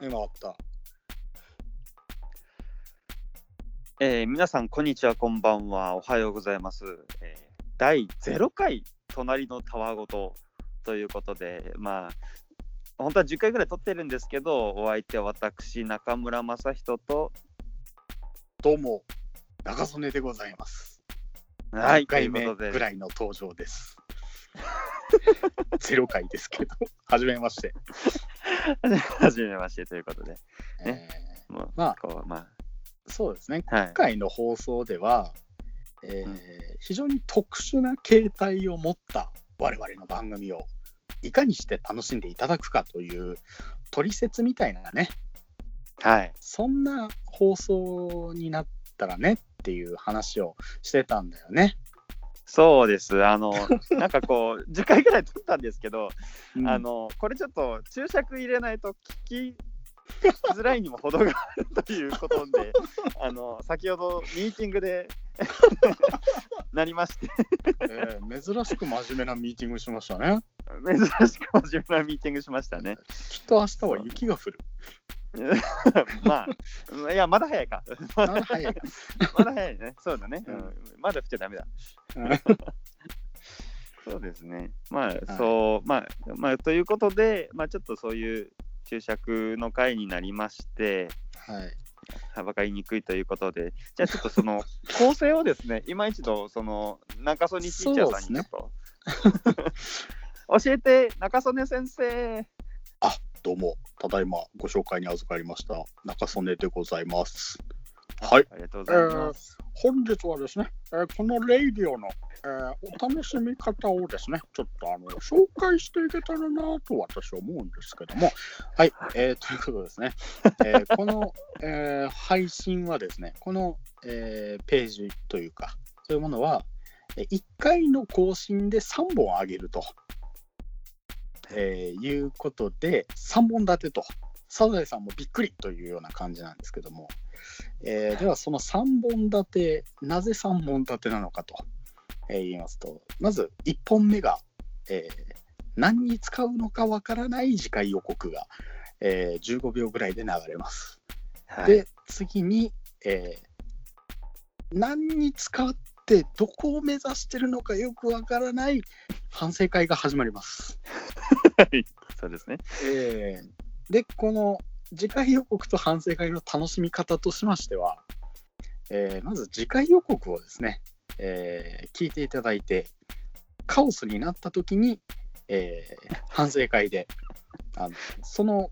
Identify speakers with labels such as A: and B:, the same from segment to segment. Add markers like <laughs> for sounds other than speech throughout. A: 今あった。
B: えー皆さん、こんにちは、こんばんは、おはようございます。えー第0回、隣のタワごとということで、まあ、本当は10回ぐらい撮ってるんですけど、お相手は私、中村雅人と、
A: どうも、中曽根でございます。
B: はい、
A: 1
B: とい
A: 回
B: うこ
A: 目
B: と
A: ぐ
B: <laughs> で、
A: らいの登場です。 <laughs> ゼロ回ですけど、はじめまして。
B: はじめましてということで、ね
A: え
B: もう、
A: まあ
B: こうま
A: ーそうですね、
B: あ、はい
A: 今、回の放送では、えー
B: うん
A: 非常に特殊な形態を持った我々の番組をいかにして楽しんでいただくかという取説みたいなね、
B: はい、
A: そんな放送になったらねっていう話をしてたんだよね。
B: そうです、あの、なんかこう、10回ぐ <laughs> らい撮ったんですけど、
A: うん
B: あのこれちょっと注釈入れないと聞きづらいにも程があるということであの先ほどミーティングでなりまして
A: えー珍しく真面目なミーティングしましたね。
B: 珍しく真面目なミーティングしましたね <laughs>
A: きっと明日は雪が降る。
B: まあいやまだ早いか
A: あー早い。
B: まだ早いねそうだね、うん
A: うん
B: まだ降っちゃダメだそうですねまあそう、まあまあということでまあちょっとそういう注釈の回になりまして、
A: はい。
B: はばかりにくいということで、じゃあちょっとそ <laughs> の構成をですね、今一度、その中曽根ティーチャーさんにちょっと、教えて、中曽根先生。
A: どうも、ただいまご紹介に預かりました中曽根でございます。はい。
B: ありがとうご
A: え
B: ざいま
A: ー
B: す。
A: 本日はですね、えーこのレイディオの、えーお楽しみ方をですね、ちょっとあの紹介していけたらなと私は思うんですけども、はい、えーということですね、 <laughs> えーこの、えー配信はですね、この、えーページというか、そういうものは、1回の更新で3本上げると、えーいうことで、3本立てと、サザエさんもびっくりというような感じなんですけども、えーではその3本立てなぜ3本立てなのかと、えー言いますとまず1本目が、えー何に使うのかわからない次回予告が、えー15秒ぐらいで流れます。
B: はい
A: で次に、えー何に使ってどこを目指してるのかよくわからない反省会が始まります。
B: そうですね。
A: えーでこの次回予告と反省会の楽しみ方としましては、えーまず次回予告をですね、えー聞いていただいてカオスになった時に、えー反省会であのその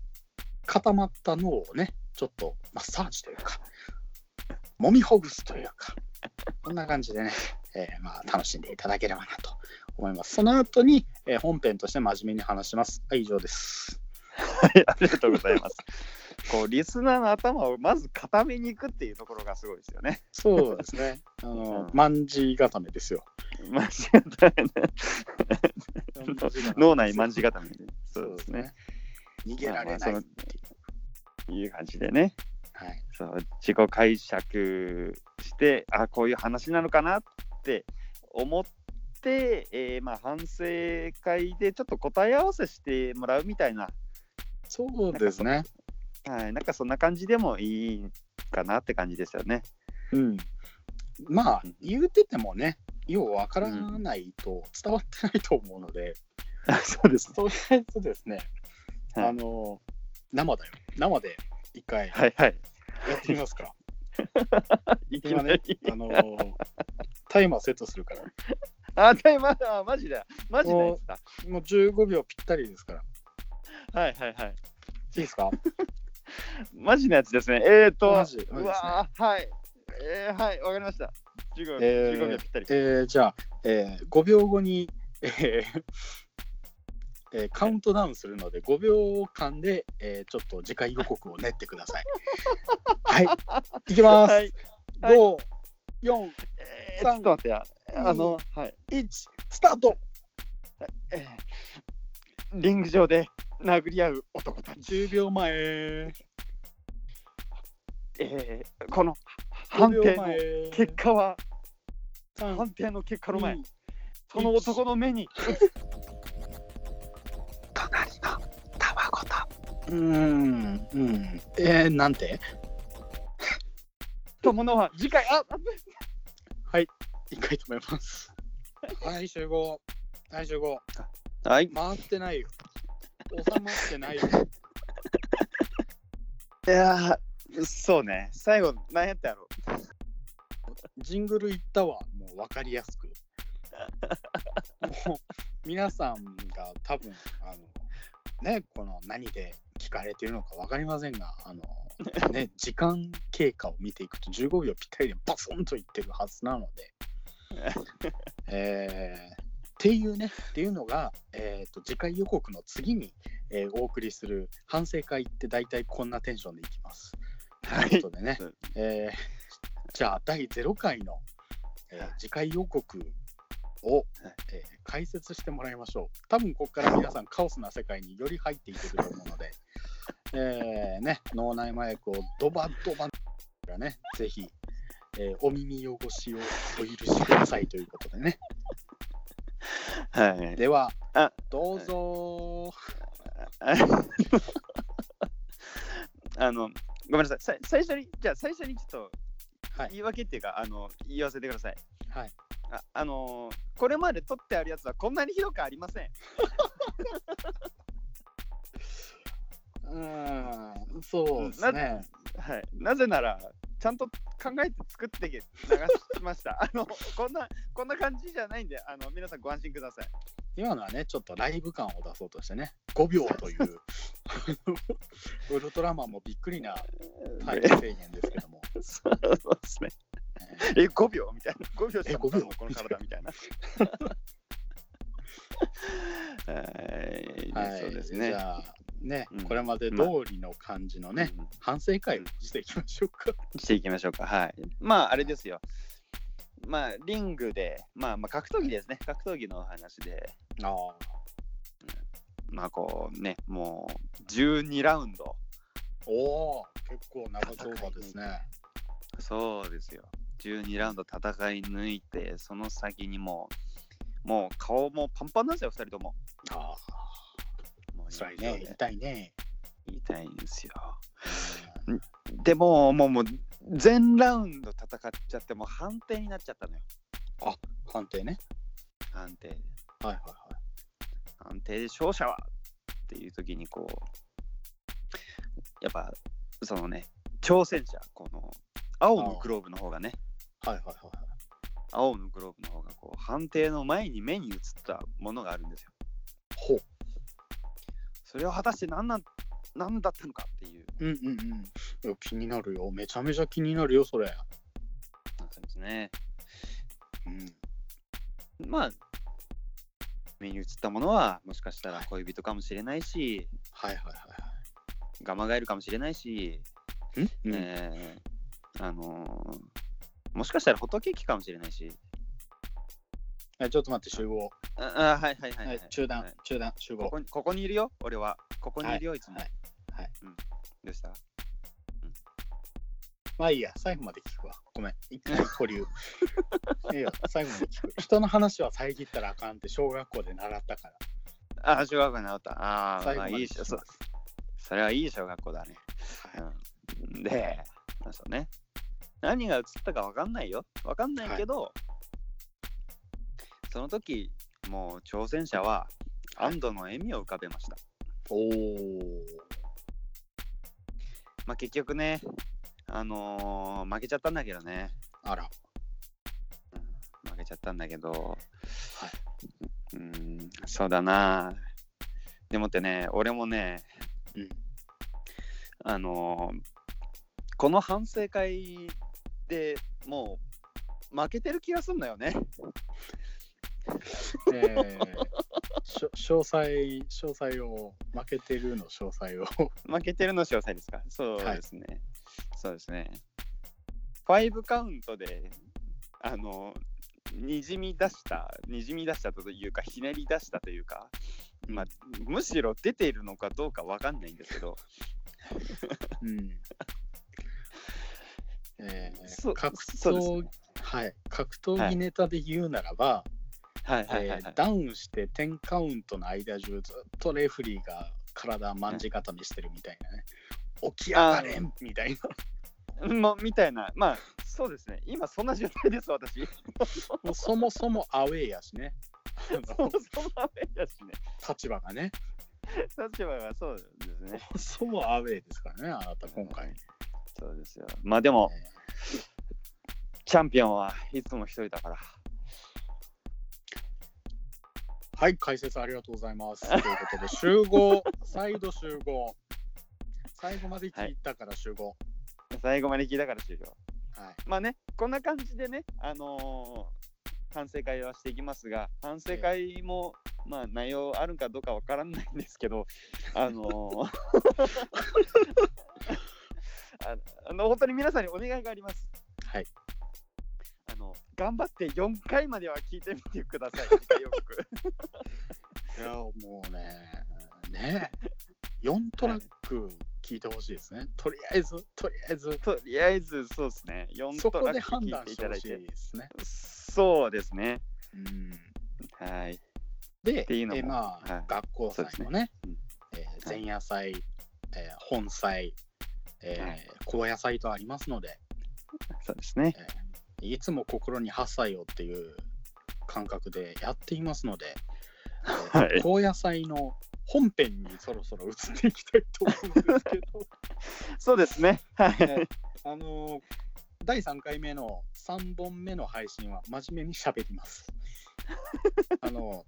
A: 固まった脳をねちょっとマッサージというか揉みほぐすというかこんな感じでね、えーまあ、楽しんでいただければなと思いますその後に、えー本編として真面目に話しますはい以上です
B: はい、ありがとうございます。こう、リスナーの頭をまず固めにいくっていうところがすごいですよ <laughs> ね。
A: そうですね。あの
B: う、ん
A: 万事固めですよ。
B: 間違った脳内まんじ固めで。そうですね。。
A: 逃げられ
B: ま
A: な
B: あ
A: い。
B: まあそういう感じでね。
A: はい。
B: そう自己解釈してあこういう話なのかなって思って、えーまあ、反省会でちょっと答え合わせしてもらうみたいな、
A: そうですね。
B: はい、なんかそんな感じでもいいかなって感じですよ
A: <laughs>
B: ね。
A: うん。まあ
B: うん、
A: 言うててもね、ようわからないと伝わってないと思うので、
B: そうです、
A: とりあえずですね、
B: はい
A: あの、生だよ。生で一回や
B: はいはい。
A: ってみます
B: <laughs>
A: から。
B: いき
A: 今
B: な
A: ね
B: り。、
A: あの、タイマーセットするから。
B: <laughs> あ、でまだ、マジだ。マジないですか。
A: もう15秒ぴったりですから。い
B: はいはいはい。
A: いですか
B: マジのやつですね。えーと、
A: マジマジですね
B: うわーはい。えー、はい、わかりました。15
A: え
B: 秒、
A: ー
B: 15秒ぴったり。
A: えーじゃあ、えー5秒後に、えーえーカウントダウンするので5秒間で、えーちょっと次回予告を練ってください。はい、いきます。
B: はい。はい
A: 5、4、
B: えー、ちょっと待ってや。あの、はい。
A: 1、スタート
B: えーリング上で殴り合う男たち、
A: !10 秒前、
B: えーこの
A: 5
B: 判
A: 秒
B: 定の
A: 前、
B: 結果は
A: 3、
B: 判定の結果の前
A: 2
B: その <laughs> 男の目に
A: 隣の卵とうーん、うん。えー、なんて
B: とものは次回、ああぶ
A: 一回止めます。はい、集合。はい、集合。
B: はい、
A: 回ってないよ。収まってないよ。
B: いやーそうね、最後、何やったやろ。
A: ジングルいったわ、もう分かりやすく。もう皆さんが多分あの、ね、この何で聞かれているのか分かりませんが、あのね、時間経過を見ていくと15秒ぴったりでバスンといってるはずなので。えーっていうね、っていうのが、えー、と次回予告の次に、えーお送りする反省会って大体こんなテンションでいきます。
B: はい
A: ということでね
B: うん、
A: えーじゃあ第0回の、えー次回予告を、えー解説してもらいましょう。多分ここから皆さんカオスな世界により入っていけると思う
B: <laughs>
A: ので、えーね、脳内麻薬をドバドバがね、ぜひ、えーお耳汚しをお許しくださいということでね。
B: はい。 <laughs>
A: では
B: あ、
A: どうぞ
B: あの、ごめんなさい。さい最初に、じゃあ最初にちょっ
A: はい
B: と言い訳っていうか、あの、言わせてください。
A: はい。
B: あ、あのーこれまで撮ってあるやつはこんなにひどくありません。
A: うーん、そうですね。
B: はい。なぜなら、ちゃんと考えて作って流しました。 <laughs> あの、こんな、こんな感じじゃないんで、あの、皆さんご安心ください。
A: 今のはね、ちょっとライブ感を出そうとしてね、5秒と
B: <laughs>
A: いう、ウルトラマンもびっくりなタ <laughs> イム制限ですけど
B: <laughs>
A: も。
B: そうですね。
A: え
B: え、5秒みたいな。5秒しか持たんの
A: え5秒
B: この体みたいな。はい、
A: ーはい、
B: そうですね
A: じ。ゃあ、ね、
B: うん
A: これまで通りの感じのね、
B: うん
A: 反省会をしていきましょう
B: <laughs>
A: か。
B: していきましょうか。はい。まあ、あれですよ。まあ、リングで、まあ、まあ、格闘技ですね。格闘技のお話で、
A: あ
B: まあ、こうね、もう12ラウンド。
A: ーおお、結構長丁場ですね。
B: そうですよ。12ラウンド戦い抜いて、その先にもう、もう顔もパンパンなんですよ、2人とも。
A: ああ、
B: もう
A: 辛いね、痛い
B: <laughs>
A: ね。
B: 痛いんですよ。でも、もう、もう、全ラウンド戦っちゃって、もう判定になっちゃったのよ。
A: 判定ね。
B: 判定で。
A: はいはいはい。
B: 判定で勝者はっていう時にこうやっぱそのね挑戦者この青のグローブの方がね
A: はいはいはい。
B: 青のグローブの方がこう判定の前に目に映ったものがあるんですよ
A: ほう。
B: それを果たして何なん何だったのかっていう
A: うんうんうんいや。気になるよ。めちゃめちゃ気になるよ、それ。
B: なんですね
A: うん。
B: まあ目に映ったものはもしかしたら恋人かもしれないし
A: はいはいはい
B: ガマガエルかもしれないし、
A: はい。ん、うん
B: えーあのーもしかしたらホットケーキかもしれないし
A: えちょっと待って、集合。
B: ああ、はいはいはい、
A: は
B: はい
A: い、中断
B: はい、
A: 中断、集
B: こ
A: 合。
B: こに。ここにいるよ、俺は。ここにいるよ、い、つも。
A: はいはい
B: うん、どうした
A: まあいいや、最後まで聞くわ。ごめん、一回保
B: <laughs>
A: 留。いいよ、最後まで聞く。人の話は遮ったらあかんって小学校で習ったか
B: ああ、小学校になった。あ
A: ら。
B: あ、
A: 最後
B: ま
A: ま
B: あ
A: で
B: い
A: 聞
B: い
A: き
B: し、
A: ます
B: そそれはいい小学校だね。
A: はい
B: うん、で、まあそうね。何が映ったかわかんないよ。わかんないけど、その時、もう挑戦者は安堵の笑みを浮かべました。
A: おお。
B: まあ結局ね、あのー負けちゃったんだけどね。
A: あら、
B: 負けちゃったんだけど、うーんそうだなでもってね俺もね、
A: うん
B: あのーこの反省会でもう負けてる気がすんのよね <laughs>
A: えー、しょ詳細、詳細を、負けてるの詳細を。
B: 負けてるの詳細ですかそうですね、そうですねファイブカウントであのーにじみ出したにじみ出したというかひねり出したというか、まあ、むしろ出ているのかどうかわかんないんですけど <laughs>
A: うん。え
B: そ
A: ー、
B: う
A: 格
B: そうです
A: 闘、はい、格闘技ネタで言うならば、
B: <laughs> はいはいはい、
A: え
B: はい
A: ーダウンして10カウントの間中ずっとレフリーが体まんじ固めしてるみたいなね。起き上がれんみたいな。
B: まあ、みたいな、まあ、そうですね。今、 <laughs> そんな状態です、私。
A: もうそもそもアウェイやしね。あ
B: そ
A: の
B: もそもアウェイだしね。
A: 立場が
B: <laughs>
A: ね。
B: 立場がそうですね。
A: そもそもアウェイですからね、あなた今回。
B: そうですよ。まあ、でも、チャンピオンはいつも一人だから。
A: はい、解説ありがとうございます。ということで、集合、 <laughs> 再度集合。最後まで聞いたから集合。
B: 最後まで聞いたから終了。
A: はい。
B: まあね、こんな感じでね、あのー反省会はしていきますが、反省会も、まあ、内容あるかどうかわからないんです
A: <laughs>
B: けど、あのーああの本当に皆さんにお願いがあります。
A: はい。
B: あの頑張って4回までは聞いてみてくださ
A: <laughs>
B: い。よく
A: いや、もうね、
B: <laughs>
A: ね、4トラック聞いてほしいですね。とりあえず、とりあえず、
B: とりあえず、そうですね。4
A: そ
B: ト
A: こ
B: ラ
A: で
B: ック
A: 判
B: 聞い
A: 断
B: てい
A: して
B: た
A: ほ
B: だい
A: しい
B: て。
A: ですね。
B: そうですね。
A: うん、
B: はい。
A: で、
B: ていうのも
A: えまあ、
B: はい
A: 学校祭のね、えー前夜祭、えー本祭、えー
B: はい
A: 後夜祭とありますので、
B: そうですね。
A: いつも心に8歳をっていう感覚でやっていますので、
B: は
A: えー
B: い。
A: 高野菜の本編にそろそろ移っていきたいと思うんですけど、
B: そうですね。はい。
A: あのー第3回目の3本目の配信は真面目に喋ります。あの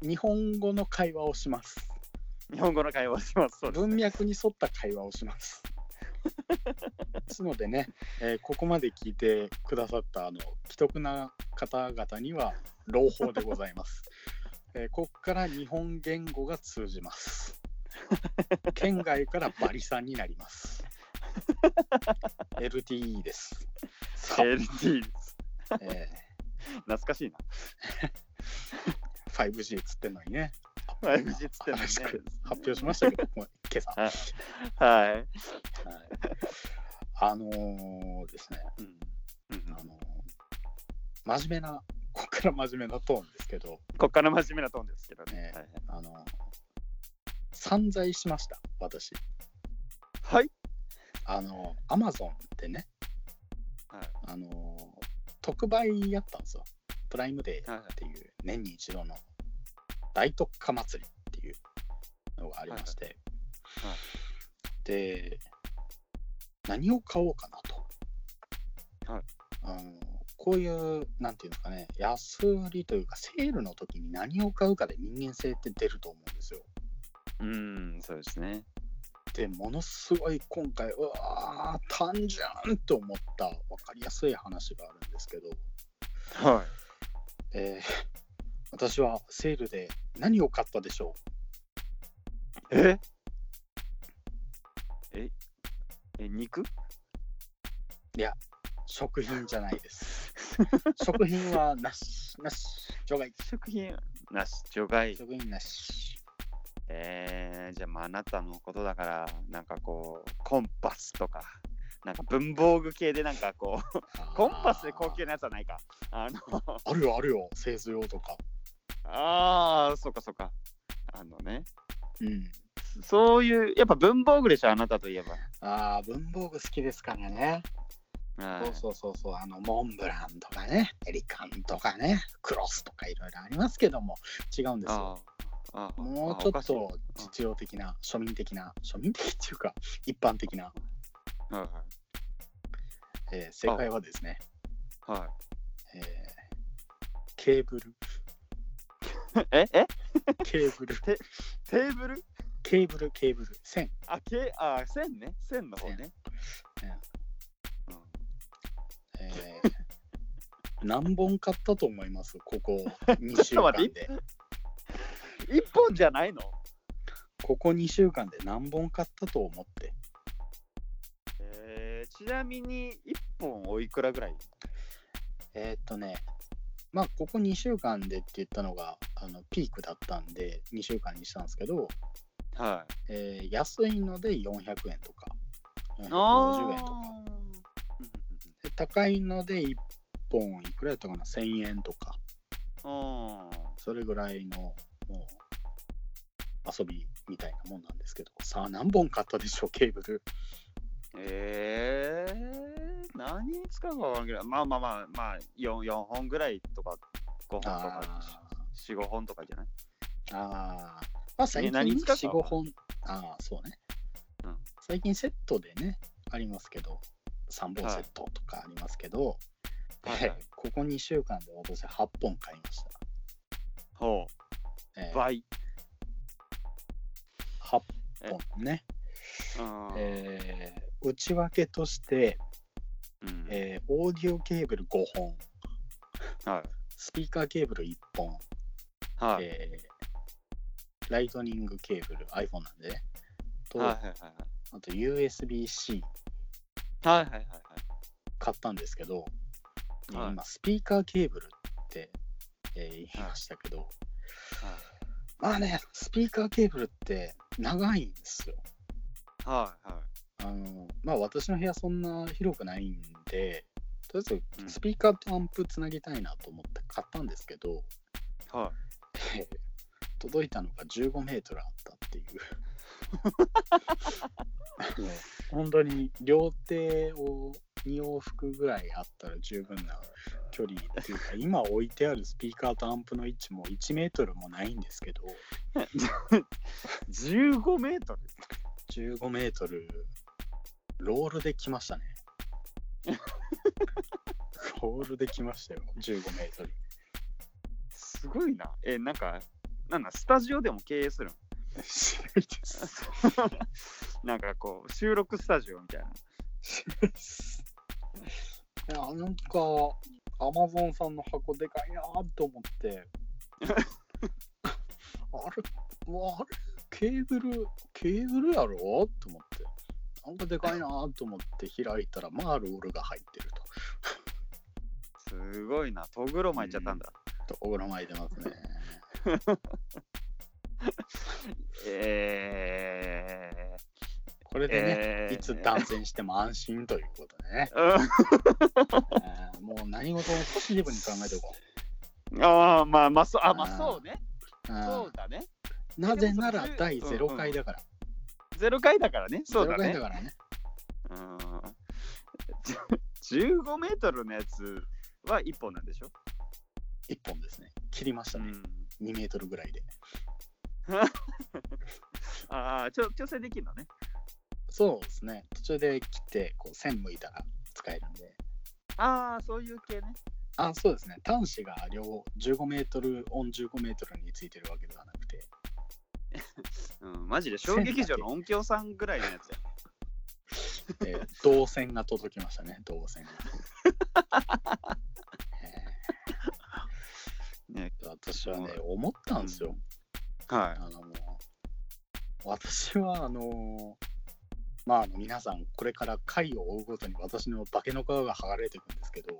A: ー日本語の会話をします。
B: 日本語の会話をします。そうです
A: 文脈に沿った会話をし
B: <laughs>
A: ます。ですのでね、えーここまで聞いてくださったあの既得な方々には朗報でござい
B: <laughs>
A: ます。えーここから日本言語が通じ
B: <laughs>
A: ます。県外からバリさんになります。LTE です。さ
B: LT です。
A: え
B: 懐かしいな。
A: ー 5G っつってんのにね、
B: 5G つってんのに
A: 新
B: ね
A: しく発表しましたけど、もう今朝。
B: はい。
A: はいあのーですね、
B: うんうん
A: あの真面目なここから真面目なトーンですけど、
B: こっから真面目なトーンですけどね
A: ね。
B: はい
A: あの散財しました私
B: はい。
A: あのアマゾンでね
B: はい
A: あの特売やったんですよプライムデーっ
B: はい
A: ていう年に一度の大特価祭りっていうのがありまして、
B: はいはい
A: で何を買おうかなと、
B: はい
A: あのこういうなんていうんですかね安売りというかセールの時に何を買うかで人間性って出ると思うんですよ
B: うん、そうですね。
A: でものすごい今回うわー単純と思った分かりやすい話があるんですけど、
B: は
A: えー私はセールで何を買ったでしょ
B: い。えええ、肉
A: う食品じゃない <laughs> です。食品はなし、なし、除外。
B: 食品なし、除外。
A: 食品なし。
B: えー、じゃあまああなたのことだから、なんかこう、コンパスとか、なんか文房具系でなんかこう、コンパスで高級なやつはないか。あの、
A: あるよ、あるよ、製図用とか。
B: ああ、そうかそうか。あのね、
A: うん。
B: そういう、やっぱ文房具でしょ、あなたといえば。
A: ああ、文房具好きですからね。
B: はい
A: そうそうそうそう、あの、モンブランとかね、ペリカンとかね、クロスとかいろいろありますけども、違うんですよ。
B: ああああ
A: もうち
B: あお
A: ょ
B: か
A: っ
B: しい
A: と実用的な、庶民的な、庶民的っていうか、一般的な、
B: はい
A: えー正解はですね、
B: はいは
A: えーケーブル、
B: い。ええ
A: ケーブル、
B: テーブル
A: ケーブル、ケーブル、線。
B: あ、けあ、線ね。線の方ね。
A: えー何本買ったと思いますここ2週間
B: 待っ
A: で。
B: 一本じゃないの
A: ここ2週間で何本買ったと思って。
B: えー、ちなみに一本おいくらぐらい
A: えーっとね、まあ、ここ2週間でって言ったのがあのピークだったんで、2週間にしたんですけど、
B: は
A: えー安いので400円とか、450
B: い。
A: 円とか。
B: あ
A: で高いので1本いくらやったかな ?1000 円とか。
B: ーうん。
A: それぐらいのもう遊びみたいなもんなんですけど、さあ何本買ったでしょう、ケーブル。
B: えー、何に使うかわからんけど、まあまあまあ、まあ4、4本ぐらいとか、5本とか、4、5本とかじゃない
A: あーあー。まあ、最近
B: 何使うか
A: 4、5本。ああ、そうね、
B: うん
A: 最近セットでね、ありますけど、3本セットとかありますけど、
B: はいはい
A: ここ2週間で私8本買いました。
B: ほ
A: えー、
B: う、倍。
A: 8本ね。
B: うん
A: えー内訳として、
B: うん
A: えーオーディオケーブル5本、
B: はい。
A: スピーカーケーブル1本、
B: はい。
A: えーライトニングケーブル、iPhone なんでね、と、
B: はいはいはい
A: あと USB-C
B: はい。はいはいはいはい。
A: 買ったんですけど、
B: はい
A: 今、スピーカーケーブルって、えー言いましたけど、まあね、スピーカーケーブルって長いんですよ。
B: はいは
A: あのまあ、私の部屋そんな広くないんで、とりあえ
B: う
A: ず
B: ん
A: スピーカーとアンプつなぎたいなと思って買ったんですけど、
B: い。はい。
A: えー届いたのが15メートルあったっていう。あの本当に両手を2往復ぐらいあったら十分な距離っていうか、今置いてあるスピーカーとアンプの位置も1メートルもないんですけど、
B: 15メートル
A: 15メートル、ロールで来ましたね。ロールで来ましたよ、15メートル。
B: すごいな。え、なんか、なんだ、スタジオでも経営するん
A: 白いです。
B: なんかこう、収録スタジオみたいな。
A: いやなんかアマゾンさんの箱でかいなと思ってあ
B: <laughs>
A: れうわあれケーブルケーブルやろと思ってなんかでかいなと思って開いたらまあロールが入ってる
B: すごいな。トグロ巻いちゃったんだ。
A: ととおぐらまいてますね
B: え
A: これ
B: ー、
A: でね、
B: えー、、
A: いつ断線しても安心ということでね
B: うん
A: えーもう何事もポジティブに考えておこ
B: ああ、まあまあそう、
A: あ
B: あ、
A: ー
B: まあそうね。
A: う、
B: そう
A: う
B: だね。
A: ん、なぜなら第0回だから、
B: ゼロ回だからね。そうだ
A: 0回だ
B: ね。
A: からね
B: うん。15メートルのやつは1本なんでしょ、
A: 1本ですね切りました
B: う
A: ね、
B: ん、
A: 2メートルぐらいで。
B: ああ、ちょ調整できるのね。
A: そうですね。途中で切って、こう、線向いたら使えるんで。
B: ああ、そういう系ね。
A: あ、そうですね。端子が両方15メートル、オン15メートルについてるわけではなくて、
B: うん、マジで小劇場の音響さんぐらいのやつや。
A: え
B: <laughs>
A: ー導線が届きましたね、導線が。
B: ね、
A: えー私はね、思ったんですよ。
B: <laughs> は
A: あの、私は、あのまあ、あの皆さん、これから回を追うごとに私の化けの皮が剥がれていくんですけど、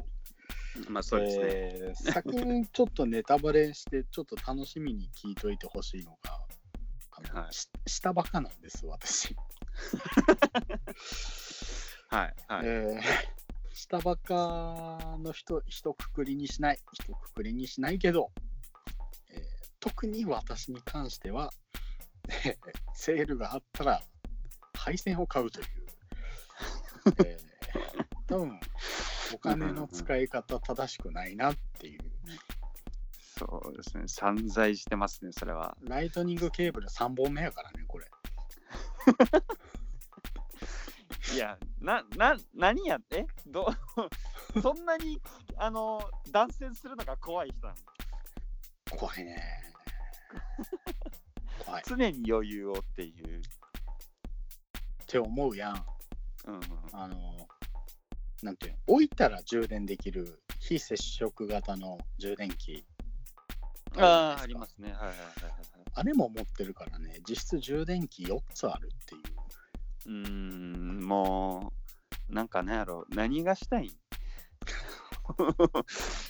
B: い。まあそうですね。
A: えー先にちょっとネタバレして、ちょっと楽しみに聞いといてほしいのが、あの
B: はい
A: ししたばかなんです、私。
B: はいはい。
A: えー <laughs> したばかの人、ひとくくりにしない、ひとくくりにしないけど、えー特に私に関しては、 <laughs> えーセールがあったら、配線を買
B: <laughs>
A: うという、えー多分お金の使い方正しくないなっていう。
B: そうですね。散財してますね、それは。
A: ライトニングケーブル3本目やからね、これ。
B: いや、な、な、何やってど <laughs> そんなに、あの、断線するのが怖い人なの
A: 怖
B: <laughs>
A: いね。怖い。っ
B: 常に余裕をっていう。
A: て思うやん。
B: うん。
A: あの、なんていうの、置いたら充電できる非接触型の充電器。
B: ああ、あ
A: るじゃないです
B: り
A: か
B: ますね。はいはいはいはいはい。
A: あれも持ってるからね、実質充電器4つあるっていう。
B: うーん、もう、なんかなんやろ、何がしたい <laughs> ん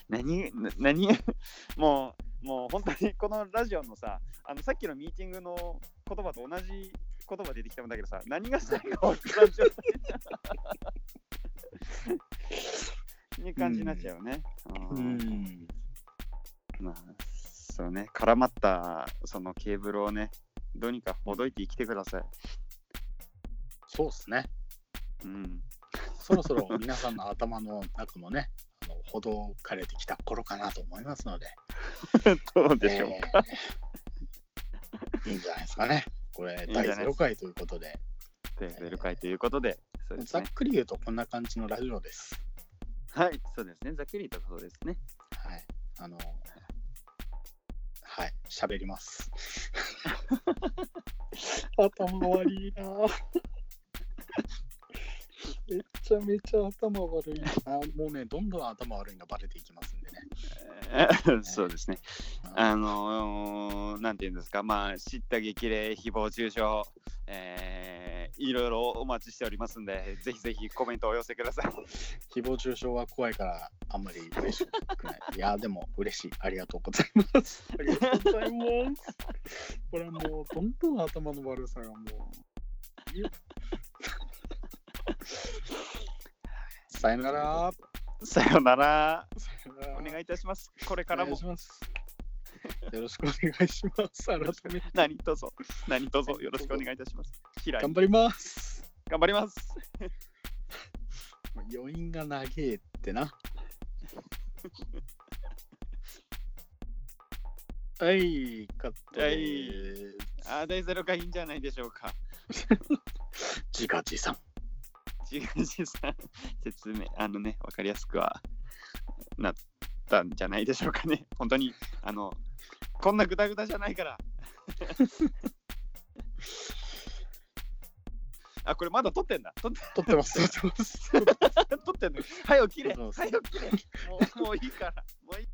B: 何、な何、 <laughs> もう、もう本当にこのラジオのさ、あのさっきのミーティングの言葉と同じ言葉出てきたんだけどさ、何がしたいか分からん状態 <laughs> いう <laughs> 感じになっちゃうよね。うん
A: ん。
B: まあ、そうね、絡まったそのケーブルをね、どうにかほどいて生きてください。
A: そうですね。
B: うん。
A: そろそろ皆さんの頭の中もね、 <laughs> あのほどかれてきた頃かなと思いますので、
B: どうでしょう。
A: えーいいんじゃないですかね。これ、
B: いんじゃない
A: 第
B: ですか
A: 0回ということで、
B: でゼロ回ということで、そうです
A: ざっ
B: ね。
A: くり言うとこんな感じのラジオです。
B: はい、そうですね。ざっくりとそうですね。
A: はい。あの、はい、喋ります。 <laughs> 頭悪いなめちゃめちゃ頭悪いなもうね、どんどん頭悪いのがバレていきますんでね。
B: えー <laughs> そうですね。あのーなんていうんですか、まあ、叱咤激励、誹謗中傷、えーいろいろお待ちしておりますんで、ぜひぜひコメントをお寄せください。 <laughs>
A: 誹謗中傷は怖いからあんまり嬉しくない。いや、でも嬉しい。ありがとうございます。ありがとうございます。これはもう、どんどん頭の悪さがもう。いいよさよなら。
B: さよなら、
A: さよなら
B: お願いいたします。これ
A: お
B: から
A: 願い
B: も
A: します。よろしくお願いします。改めて
B: 何卒何卒よろしくお願いいたします。平井
A: 頑張ります。
B: 頑張ります。
A: 余韻が長えって <laughs> な。はい、カット
B: は
A: で
B: い
A: ーす。
B: あー、第ゼロ回いいんじゃないでしょうか。
A: 自画自賛。
B: 自画自賛説明あのね分かりやすくはなったんじゃないでしょうかね <laughs> 本当にあのこんなグダグダじゃないから <laughs> あこれまだ撮ってんだ撮って
A: 撮ってます。撮ってます。
B: 撮ってんだ早起きれ
A: そうそう
B: 早起きれもうもういいからもういい